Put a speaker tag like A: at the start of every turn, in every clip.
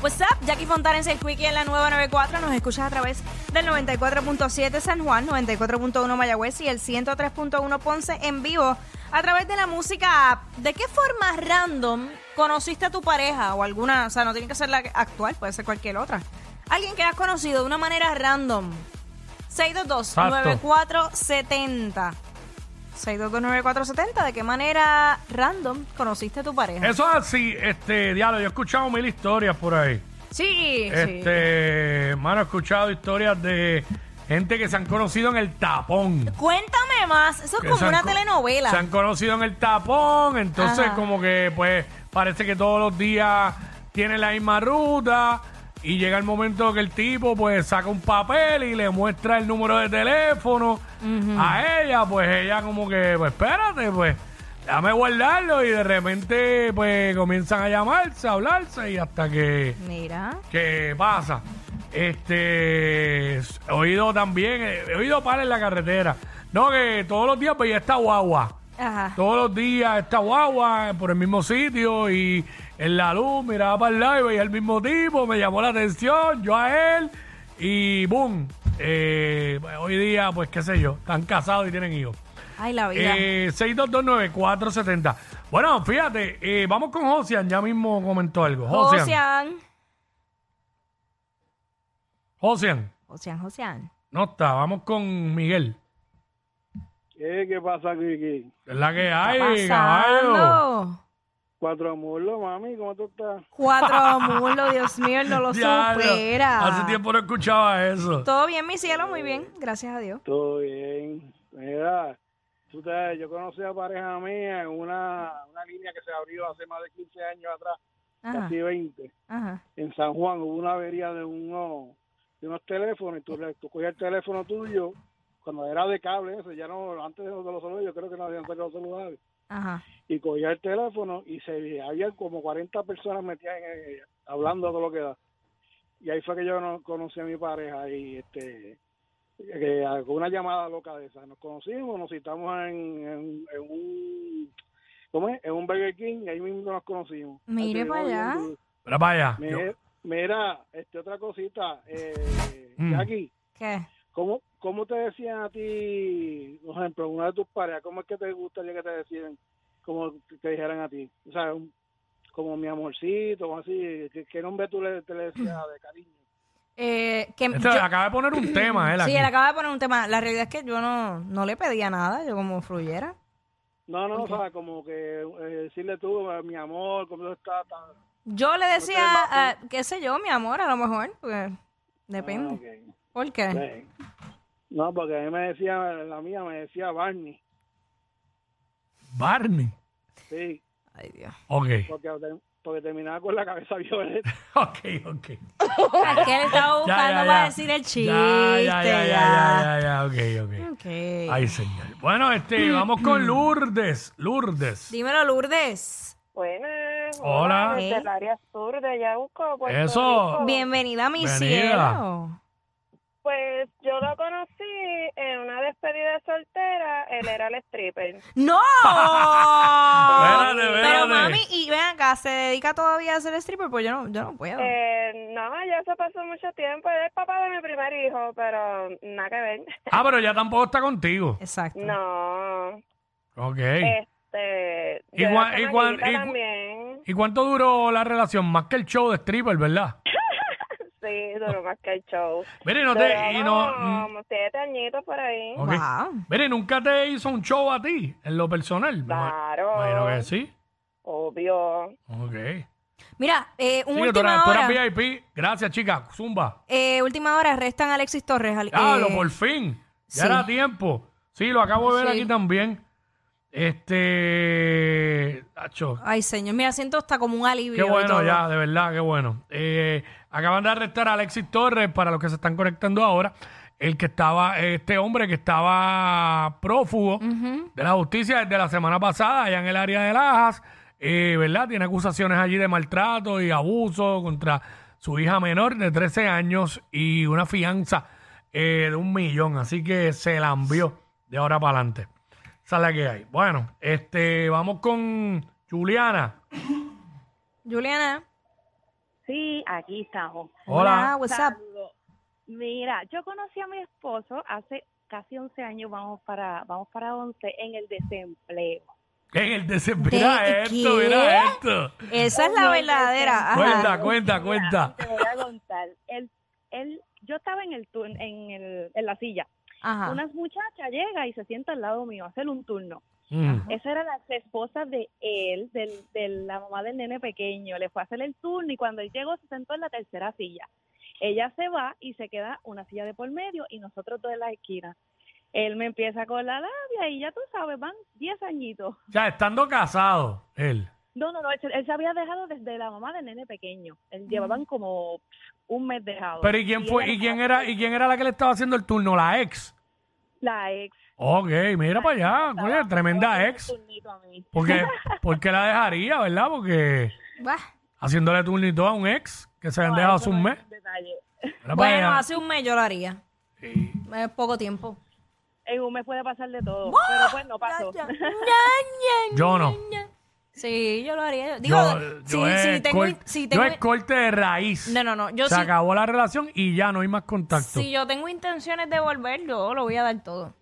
A: What's up? Jackie Fontanes, el Quickie en la nueva 94. Nos escuchas a través del 94.7 San Juan, 94.1 Mayagüez y el 103.1 Ponce en vivo a través de la música app. ¿De qué forma random conociste a tu pareja o alguna? O sea, no tiene que ser la actual, puede ser cualquier otra. Alguien que has conocido de una manera random. 622-9470. 622-9470. ¿De qué manera random conociste a tu pareja?
B: Eso es así, este, diablo, yo he escuchado mil historias por ahí.
A: Sí, sí.
B: Este, mano, he escuchado historias de gente que se han conocido en el tapón.
A: Cuéntame más. Eso es
B: Que
A: como
B: se han
A: una
B: co-
A: telenovela.
B: Se han conocido en el tapón, entonces
A: Ajá.
B: como que pues parece que todos los días tienen la misma ruta y llega el momento que el tipo pues saca un papel y le muestra el número de teléfono a ella, pues ella como que pues espérate pues. Déjame guardarlo y de repente pues comienzan a llamarse, a hablarse y hasta que
A: Mira.
B: ¿Qué pasa? Este, he oído también, eh, he oído pares en la carretera. No, que todos los días veía esta guagua.
A: Ajá.
B: Todos los días esta guagua eh, por el mismo sitio y en la luz miraba para el lado y veía el mismo tipo, me llamó la atención, yo a él y boom. Eh, hoy día, pues qué sé yo, están casados y tienen hijos.
A: Ay, la vida.
B: Eh, 6229470. Bueno, fíjate, eh, vamos con Josian, ya mismo comentó algo. Josian.
A: Ocean.
B: Josian.
A: Ocean, Ocean.
B: No está, vamos con Miguel.
C: ¿Qué, qué pasa, Kiki?
B: Es la que hay, caballo.
A: Pasando.
C: Cuatro mulos, mami, ¿cómo tú estás?
A: Cuatro mulos, Dios mío, él no lo
B: Diablo,
A: supera.
B: Hace tiempo no escuchaba eso.
A: Todo bien, mi cielo, muy bien. Gracias a Dios.
C: Todo bien. Mira, tú sabes, yo conocí a pareja mía en una, una línea que se abrió hace más de 15 años atrás,
A: Ajá.
C: casi 20.
A: Ajá.
C: En San Juan hubo una avería de, uno, de unos teléfonos y tú, le- tú cogías el teléfono tuyo cuando era de cable, eso ya no, antes de los celulares, yo creo que no habían salido los celulares.
A: Ajá.
C: Y cogía el teléfono y se había como 40 personas metidas en ella, hablando de todo lo que da. Y ahí fue que yo no, conocí a mi pareja y este que con una llamada loca de esa. Nos conocimos, nos citamos en, en, en un ¿cómo es? En un Burger King y ahí mismo nos conocimos.
A: Mire
C: Así que
A: para
C: no,
A: allá.
C: bien duro.
B: Pero vaya.
C: Mi- Mira, este otra cosita, eh,
B: Mm.
C: Jackie,
A: ¿Qué?
C: ¿cómo, ¿cómo te decían a ti, por ejemplo, una de tus parejas, cómo es que te gustaría que te decían, como te- te dijeran a ti? O sea, un- como mi amorcito, o así, ¿qué, qué nombre tú le, te le decías de cariño?
A: Eh, que
B: Este,
A: yo-
B: acaba de poner un tema, él
A: sí,
B: aquí.
A: él acaba de poner un tema. La realidad es que yo no, no le pedía nada, yo como fluyera.
C: No, no, o sea, como que eh, decirle tú, eh, mi amor, ¿cómo estás? Tan-
A: Yo le decía,
C: Ustedes
A: ah, qué sé yo, mi amor, a lo mejor, porque
C: Ah,
A: depende.
C: ok.
A: ¿Por qué?
C: Sí. No, porque a mí me decía, la mía me decía Barney,
B: Barney.
C: sí,
A: Ay, Dios.
B: Ok.
C: porque, porque terminaba con la cabeza violeta.
B: Ok, ok.
A: Es que él estaba buscando
B: Ya, ya, ya.
A: para decir el chiste.
B: Ya, ya, ya, ya, ya, ya, ok, ok.
A: Ok.
B: Ay, señor. Bueno, este, vamos con Lourdes. Lourdes.
A: Dímelo, Lourdes.
D: Buenas.
B: Hola.
D: Desde
A: Hey.
D: el área sur de Yauco, Puerto
B: Eso.
D: Rico.
A: Bienvenida, mi
B: Bienvenida.
A: cielo.
D: Pues yo lo conocí en una despedida soltera. Él era el stripper.
A: ¡No!
B: Espérate,
A: Pero
B: espérate.
A: mami, y ven acá, ¿se dedica todavía a ser stripper? Pues yo no, yo no
E: Ah.
A: puedo.
D: Eh, no, ya se pasó mucho tiempo. Él es papá de mi primer hijo, pero nada que ver.
B: Ah, pero ya tampoco está contigo.
A: Exacto.
D: No.
B: Ok.
D: Este. yo
B: Y
D: era
B: cuan- y cuan-
D: chamaquita
B: y cu-
D: también.
B: ¿Y cuánto duró la relación? Más que el show de stripper, ¿verdad?
D: Sí, duró más que el show.
B: Mira, y no te-
D: Duró
B: y no- mm. Oh,
D: como siete añitos por ahí.
B: Ok.
A: Wow.
B: Mire, nunca te hizo un show a ti, en lo personal. Me
D: Claro.
B: Imagino que sí.
D: Obvio.
B: Ok.
A: Mira, eh, un
B: Sí, que tú
A: última
B: eras, tú eras
A: hora.
B: VIP. Gracias, chica. Zumba.
A: Eh, última hora, restan a Alexis Torres. al-
B: Claro,
A: eh,
B: por fin. Ya
A: sí.
B: era tiempo. Sí, lo acabo de ver
A: Sí.
B: aquí también. Este. Acho,
A: Ay, señor, mira, siento hasta como un alivio.
B: Qué
A: y
B: bueno,
A: todo.
B: ya, de verdad, qué bueno. Eh, acaban de arrestar a Alexis Torres, para los que se están conectando ahora, el que estaba, este hombre que estaba prófugo de la justicia desde la semana pasada, allá en el área de Lajas, eh, ¿verdad? Tiene acusaciones allí de maltrato y abuso contra su hija menor de 13 años y una fianza eh, de un millón, así que se la envió de ahora para adelante. Esa es la que hay. Bueno, este, vamos con Juliana.
A: Juliana.
E: Sí, aquí estamos.
A: Hola, what's up?
E: Saludos. Mira, yo conocí a mi esposo hace casi 11 años, vamos para vamos para 11, en el desempleo.
B: En el desempleo. Mira
A: ¿De
B: esto,
A: qué?
B: mira esto.
A: Esa es la verdadera. Ajá.
B: Cuenta, cuenta, cuenta.
E: Te voy a contar. Él, él, yo estaba en el turno, en, el, en la silla.
A: Ajá.
E: Una muchacha llega y se sienta al lado mío, hacer un turno.
B: Mm.
E: Esa era la esposa de él, del- de la mamá del nene pequeño. Le fue a hacer el turno y cuando él llegó se sentó en la tercera silla. Ella se va y se queda una silla de por medio y nosotros dos en la esquina. Él me empieza con la labia y ya tú sabes, van 10 añitos.
B: O sea, estando casado, él.
E: No, no, no, él, se- él se había dejado desde la mamá del nene pequeño. Él llevaban como un mes dejado.
B: Pero ¿y quién fue?
E: ella
B: ¿Y quién era? ¿Y quién era la que le estaba haciendo el turno? La ex.
E: La ex.
B: Ok, mira para allá, coño, pues, tremenda
E: Estaba
B: ex.
E: haciendo un turnito a mí.
B: Porque, porque la dejaría, ¿verdad? Porque
A: Bah.
B: haciéndole turnito a un ex que se habían dejado hace un mes.
E: Detalle.
B: Mira para
A: Bueno,
B: allá.
A: hace un mes yo lo haría. Es poco tiempo.
E: En un mes puede pasar de todo, pero pues no
D: Ah,
E: pasó.
B: Yo no.
A: Sí, yo lo haría. Digo,
B: Yo,
A: si,
B: yo
A: si
B: es
A: tengo,
B: cor-
A: si
B: yo
A: tengo,
B: es corte de raíz.
A: No, no, no, yo
B: Se
A: sí-
B: acabó la relación y ya no hay más contacto.
A: si yo tengo intenciones de volver, yo lo voy a dar todo.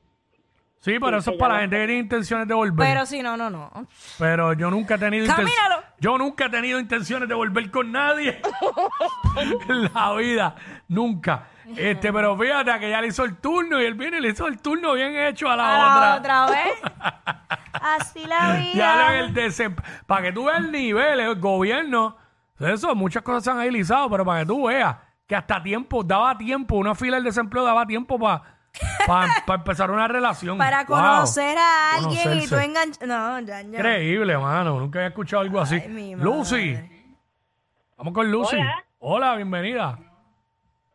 B: Sí, pero eso es para la gente que tiene intenciones de volver.
A: Pero si no, no, no.
B: Pero yo nunca he tenido inten-
A: ¡Camínalo!
B: Yo nunca he tenido intenciones de volver con nadie en la vida. Nunca. Este, pero fíjate que ya le hizo el turno y él viene y le hizo el turno bien hecho a la
A: A la
B: otra.
A: otra vez. Así la vida.
B: Ya en el desem- Para que tú veas el nivel, el gobierno. Eso, muchas cosas se han agilizado, pero para que tú veas que hasta tiempo, daba tiempo, una fila del desempleo daba tiempo para empezar una relación.
A: Para
B: Wow.
A: conocer a alguien y tú
B: Conocerse.
A: enganchas. No, ya, ya.
B: Increíble, mano. Nunca había escuchado algo así.
A: mi madre.
B: Lucy. Vamos con Lucy.
D: Hola.
B: Hola, bienvenida.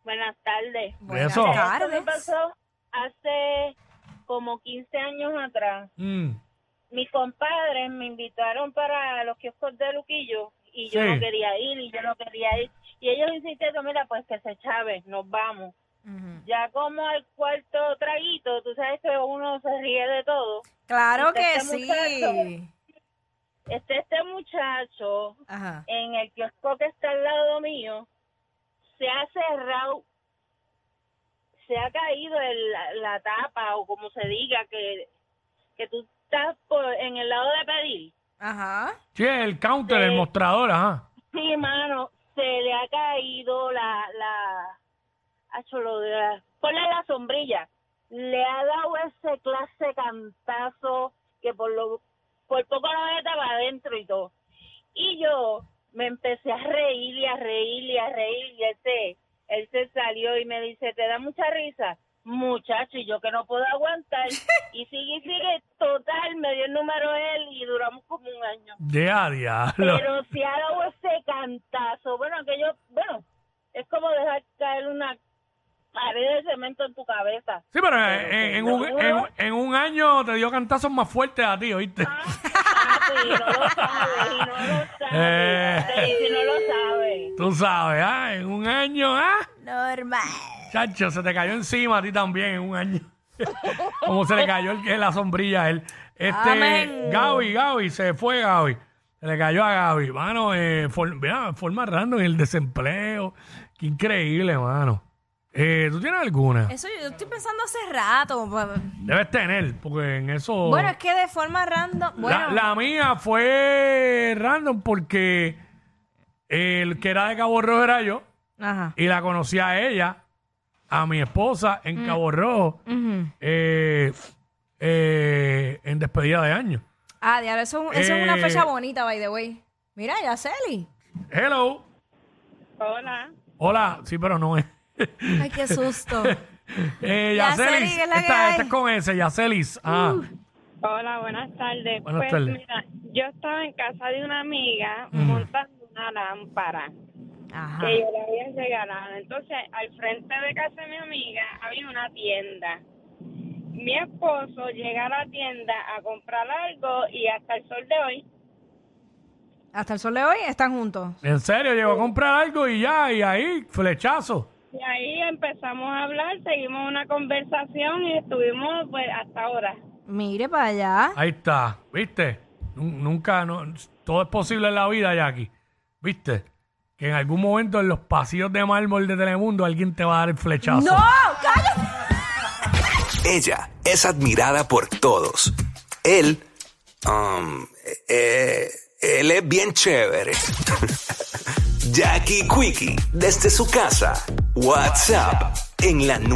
D: Buenas tardes.
A: Buenas
B: Eso.
D: Eso me
A: tardes.
D: pasó hace como 15 años atrás.
B: Mm.
D: Mis compadres me invitaron para los kioscos de Luquillo y yo
B: Sí.
D: no quería ir y yo no quería ir. Y ellos insistieron, mira, pues que se chave, nos vamos.
A: Ujú.
D: Ya como al cuarto traguito, tú sabes que uno se ríe de todo.
A: Claro que
D: Este
A: sí.
D: Está este muchacho
A: Ajá.
D: en el kiosco que está al lado mío, se ha cerrado, se ha caído el- la, la tapa o como se diga, que, que tú estás por, en el lado de pedir.
A: Ajá.
B: Sí, el counter,
D: Sí.
B: el mostrador, ajá.
D: Sí, mano, se le ha caído la, la, acho, lo de la, ponle la sombrilla. Le ha dado ese clase cantazo que por lo, por poco no me estaba adentro y todo. Y yo me empecé a reír y a reír y a reír y él se, él se salió y me dice, ¿te da mucha risa? Muchacho, y yo que no puedo aguantar. Y sigue y sigue, total, me dio el número él y duramos como un año.
B: Ya, diablo.
D: Pero si ha dado ese cantazo, bueno, que yo, bueno, es como dejar caer una pared de cemento en tu cabeza.
B: Sí, pero eh, en, en un, en, en un año te dio cantazos más fuertes a ti, ¿oíste?
D: Papi, Ah, pues, no lo sabes, y no lo
B: Eh.
D: sabes, y no lo sabes.
B: Tú sabes, ¿ah? En un año, ¿ah?
A: Normal.
B: Chacho, se te cayó encima a ti también en un año. Como se le cayó el- la sombrilla a él. Este,
A: Amén.
B: Gaby, Gaby, se fue Gaby. Se le cayó a Gaby. Mano, eh, for- mira, forma random el desempleo. Qué increíble, mano. Eh, ¿Tú tienes alguna?
A: Eso yo estoy pensando hace rato. pues.
B: Debes tener, porque en eso...
A: Bueno, es que de forma random. Bueno,
B: Oh. La, la mía fue random porque el que era de Cabo Rojo era yo
A: Ajá.
B: y la conocí a ella, a mi esposa en
A: Mm.
B: Cabo Rojo, eh, eh, en despedida de año.
A: Ah, diablo, eso, es un- eso es una
B: Eh.
A: fecha bonita, by the way. Mira, ya Celi.
B: Hello.
D: Hola.
B: Hola. Sí, pero no es.
A: Ay, qué susto.
B: Eh,
A: Yacelis,
B: Yacelis,
A: es la que
B: esta,
A: hay.
B: esta es con ese, Yacelis. Ah,
D: Hola, buenas tardes.
B: Buenas
D: pues
B: tardes.
D: mira, yo estaba en casa de una amiga
B: Mm.
D: montando una lámpara
A: Ajá.
D: que yo le había regalado. Entonces, al frente de casa de mi amiga había una tienda. Mi esposo llega a la tienda a comprar algo y hasta el sol de hoy
A: Hasta el sol de hoy están juntos.
B: en serio, llegó a comprar algo y ya, y ahí, flechazo.
D: Y ahí empezamos a hablar, seguimos una conversación y estuvimos pues hasta ahora.
A: Mire para allá.
B: Ahí está, ¿viste? Nun- Nunca, no, todo es posible en la vida, Jackie. ¿Viste? Que en algún momento en los pasillos de mármol de Telemundo alguien te va a dar el flechazo.
A: ¡No! ¡Cállate!
F: Ella es admirada por todos. Él, um, eh, él es bien chévere. Jackie Quickie, desde su casa. WhatsApp, en la nueva.